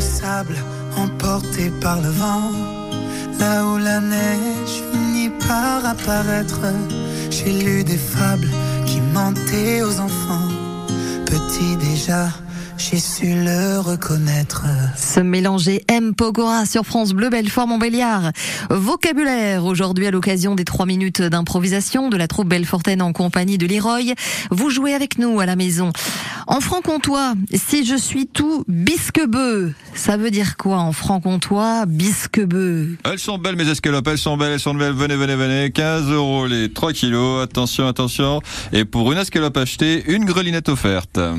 sable emporté par le vent, là où la neige finit par apparaître. J'ai lu des fables qui mentaient aux enfants. Petit déjà, j'ai su le reconnaître. Se mélanger M. Pogora sur France Bleu Belfort Montbéliard. Vocabulaire aujourd'hui à l'occasion des trois minutes d'improvisation de la troupe Belfortaine en compagnie de Leroy. Vous jouez avec nous à la maison. En franc-comtois, si je suis tout bisquebeu, ça veut dire quoi en franc-comtois bisquebeu Elles sont belles mes escalopes, elles sont belles, elles sont belles. Venez, venez, venez. 15 euros les 3 kilos. Attention, attention. Et pour une escalope achetée, une grelinette offerte. Euh.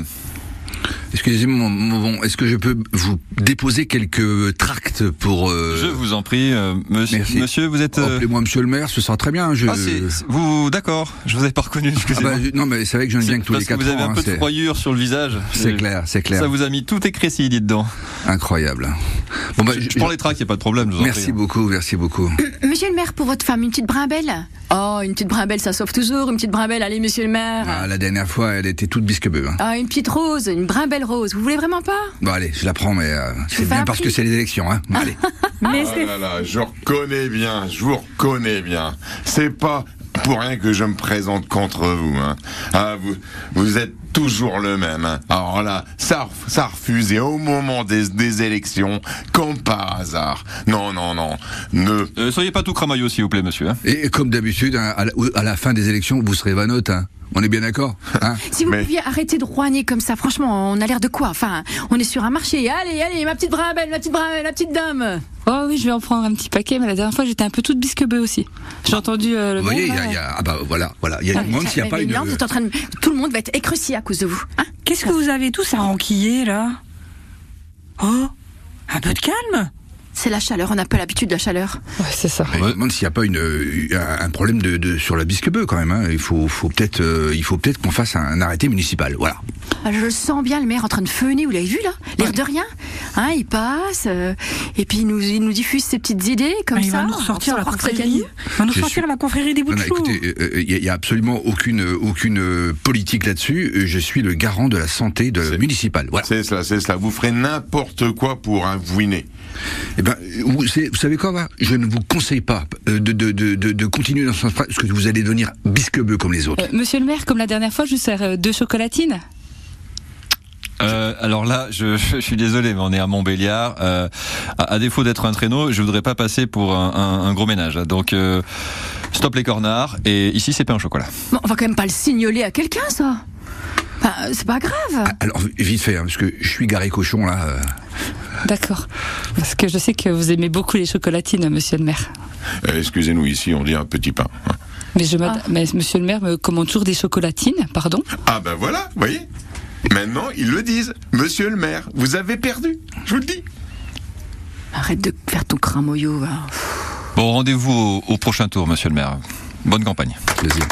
Excusez-moi, mon bon, est-ce que je peux vous déposer quelques tracts pour... euh, Je vous en prie, euh, monsieur, Merci. monsieur, vous êtes. euh, Appelez-moi monsieur le maire, ce sera très bien. Je... Ah, c'est- c'est- vous, d'accord. Je vous ai pas reconnu. Ah bah, Excusez-moi. je- non, mais c'est vrai que je ne viens que tous parce les quatre que vous avez ans, un hein, peu de c'est- froyure sur le visage. c'est clair, c'est clair. Ça vous a mis tout écréci, dites donc. Incroyable. Bon, bah, je, je- je prends les hein. tracts, il a pas de problème. je vous en Merci prie. beaucoup, merci beaucoup. Monsieur le maire, pour votre femme, une petite brimbelle Oh, une petite brimbelle, ça sauve toujours, une petite brimbelle, allez, monsieur le maire Ah, la dernière fois, elle était toute bisquebeu. hein. Ah, une petite rose, une brimbelle rose, vous voulez vraiment pas Bon, allez, je la prends, mais euh, c'est fais bien un parce prix. que c'est les élections. Hein. Bon, allez. Mais Ah là là, je reconnais bien, je vous reconnais bien. C'est pas pour rien que je me présente contre vous. Hein. Ah, vous, vous êtes toujours le même. hein. Alors là, ça, ref- ça refuse et au moment des, des élections, comme par hasard. Non, non, non. Ne. Euh, soyez pas tout cramailleux, s'il vous plaît, monsieur. hein. Et comme d'habitude, hein, à, la- à la fin des élections, vous serez vanote. Hein. On est bien d'accord hein Si vous Mais- pouviez arrêter de roigner comme ça, franchement, on a l'air de quoi Enfin, on est sur un marché, allez, allez, ma petite brimbelle, ma petite brimbelle, la petite dame Oh oui, je vais en prendre un petit paquet, mais la dernière fois j'étais un peu toute bisquebeu aussi. J'ai entendu euh, le Vous voyez, il y maire, a, il y euh, a- ah bah voilà, voilà, il y a Ah, du monde s'il n'y a mais- pas mais une. non, vous êtes en train de- Tout le monde va être écréci à cause de vous. Hein Qu'est-ce que vous avez tous à renquiller là Oh, un peu de calme c'est la chaleur, on n'a pas l'habitude de la chaleur. Ouais, c'est ça. Je me demande s'il n'y a pas une, euh, un un problème de, de- sur la bisquebeu quand même. hein. Il faut, faut peut-être, euh, il faut peut-être qu'on fasse un, arrêté municipal. Voilà. Ah, Je le sens bien le maire en train de feunir, vous l'avez vu là L'air de rien. Hein, il passe, euh, et puis il nous, il nous diffuse ses petites idées comme Ah, Il ça. va nous on ressortir va la croire que c'est confrérie. gagné. Il va nous Je ressortir suis- la confrérie des bouts Non, de non, chou. écoutez, euh, euh, il n'y a, il y a absolument aucune, euh, aucune euh, politique là-dessus. Euh, Je suis le garant de la santé de C'est- municipale. Voilà. C'est cela, c'est cela. Vous ferez n'importe quoi pour un vouiné. Eh ben, vous, c'est- vous savez quoi, va je ne vous conseille pas euh, de, de, de, de, de continuer dans ce sens parce que vous allez devenir bisquebeux comme les autres. Euh, monsieur le maire, comme la dernière fois, je vous sers euh, deux chocolatines. Euh, alors là, je, je suis désolé, mais on est à Montbéliard. Euh, à, à défaut d'être un traîneau, je voudrais pas passer pour un, un- un gros ménage. hein. Donc, euh, stop les cornards. Et ici, c'est pain au chocolat. Bon, on va quand même pas le signaler à quelqu'un, ça. Enfin, c'est pas Ah. grave. Alors, vite fait, hein, parce que je suis garé cochon là. euh, D'accord. Parce que je sais que vous aimez beaucoup les chocolatines, monsieur le maire. Euh, Excusez-nous, ici, on dit un petit pain. hein. Mais, je m'ad- mais monsieur le maire me commande toujours des chocolatines, pardon. Ah ben voilà, vous voyez. Maintenant, ils le disent. Monsieur le maire, vous avez perdu. Je vous le dis. Arrête de faire ton cramoyo. va. Bon, rendez-vous au, au prochain tour, monsieur le maire. Bonne campagne. plaisir.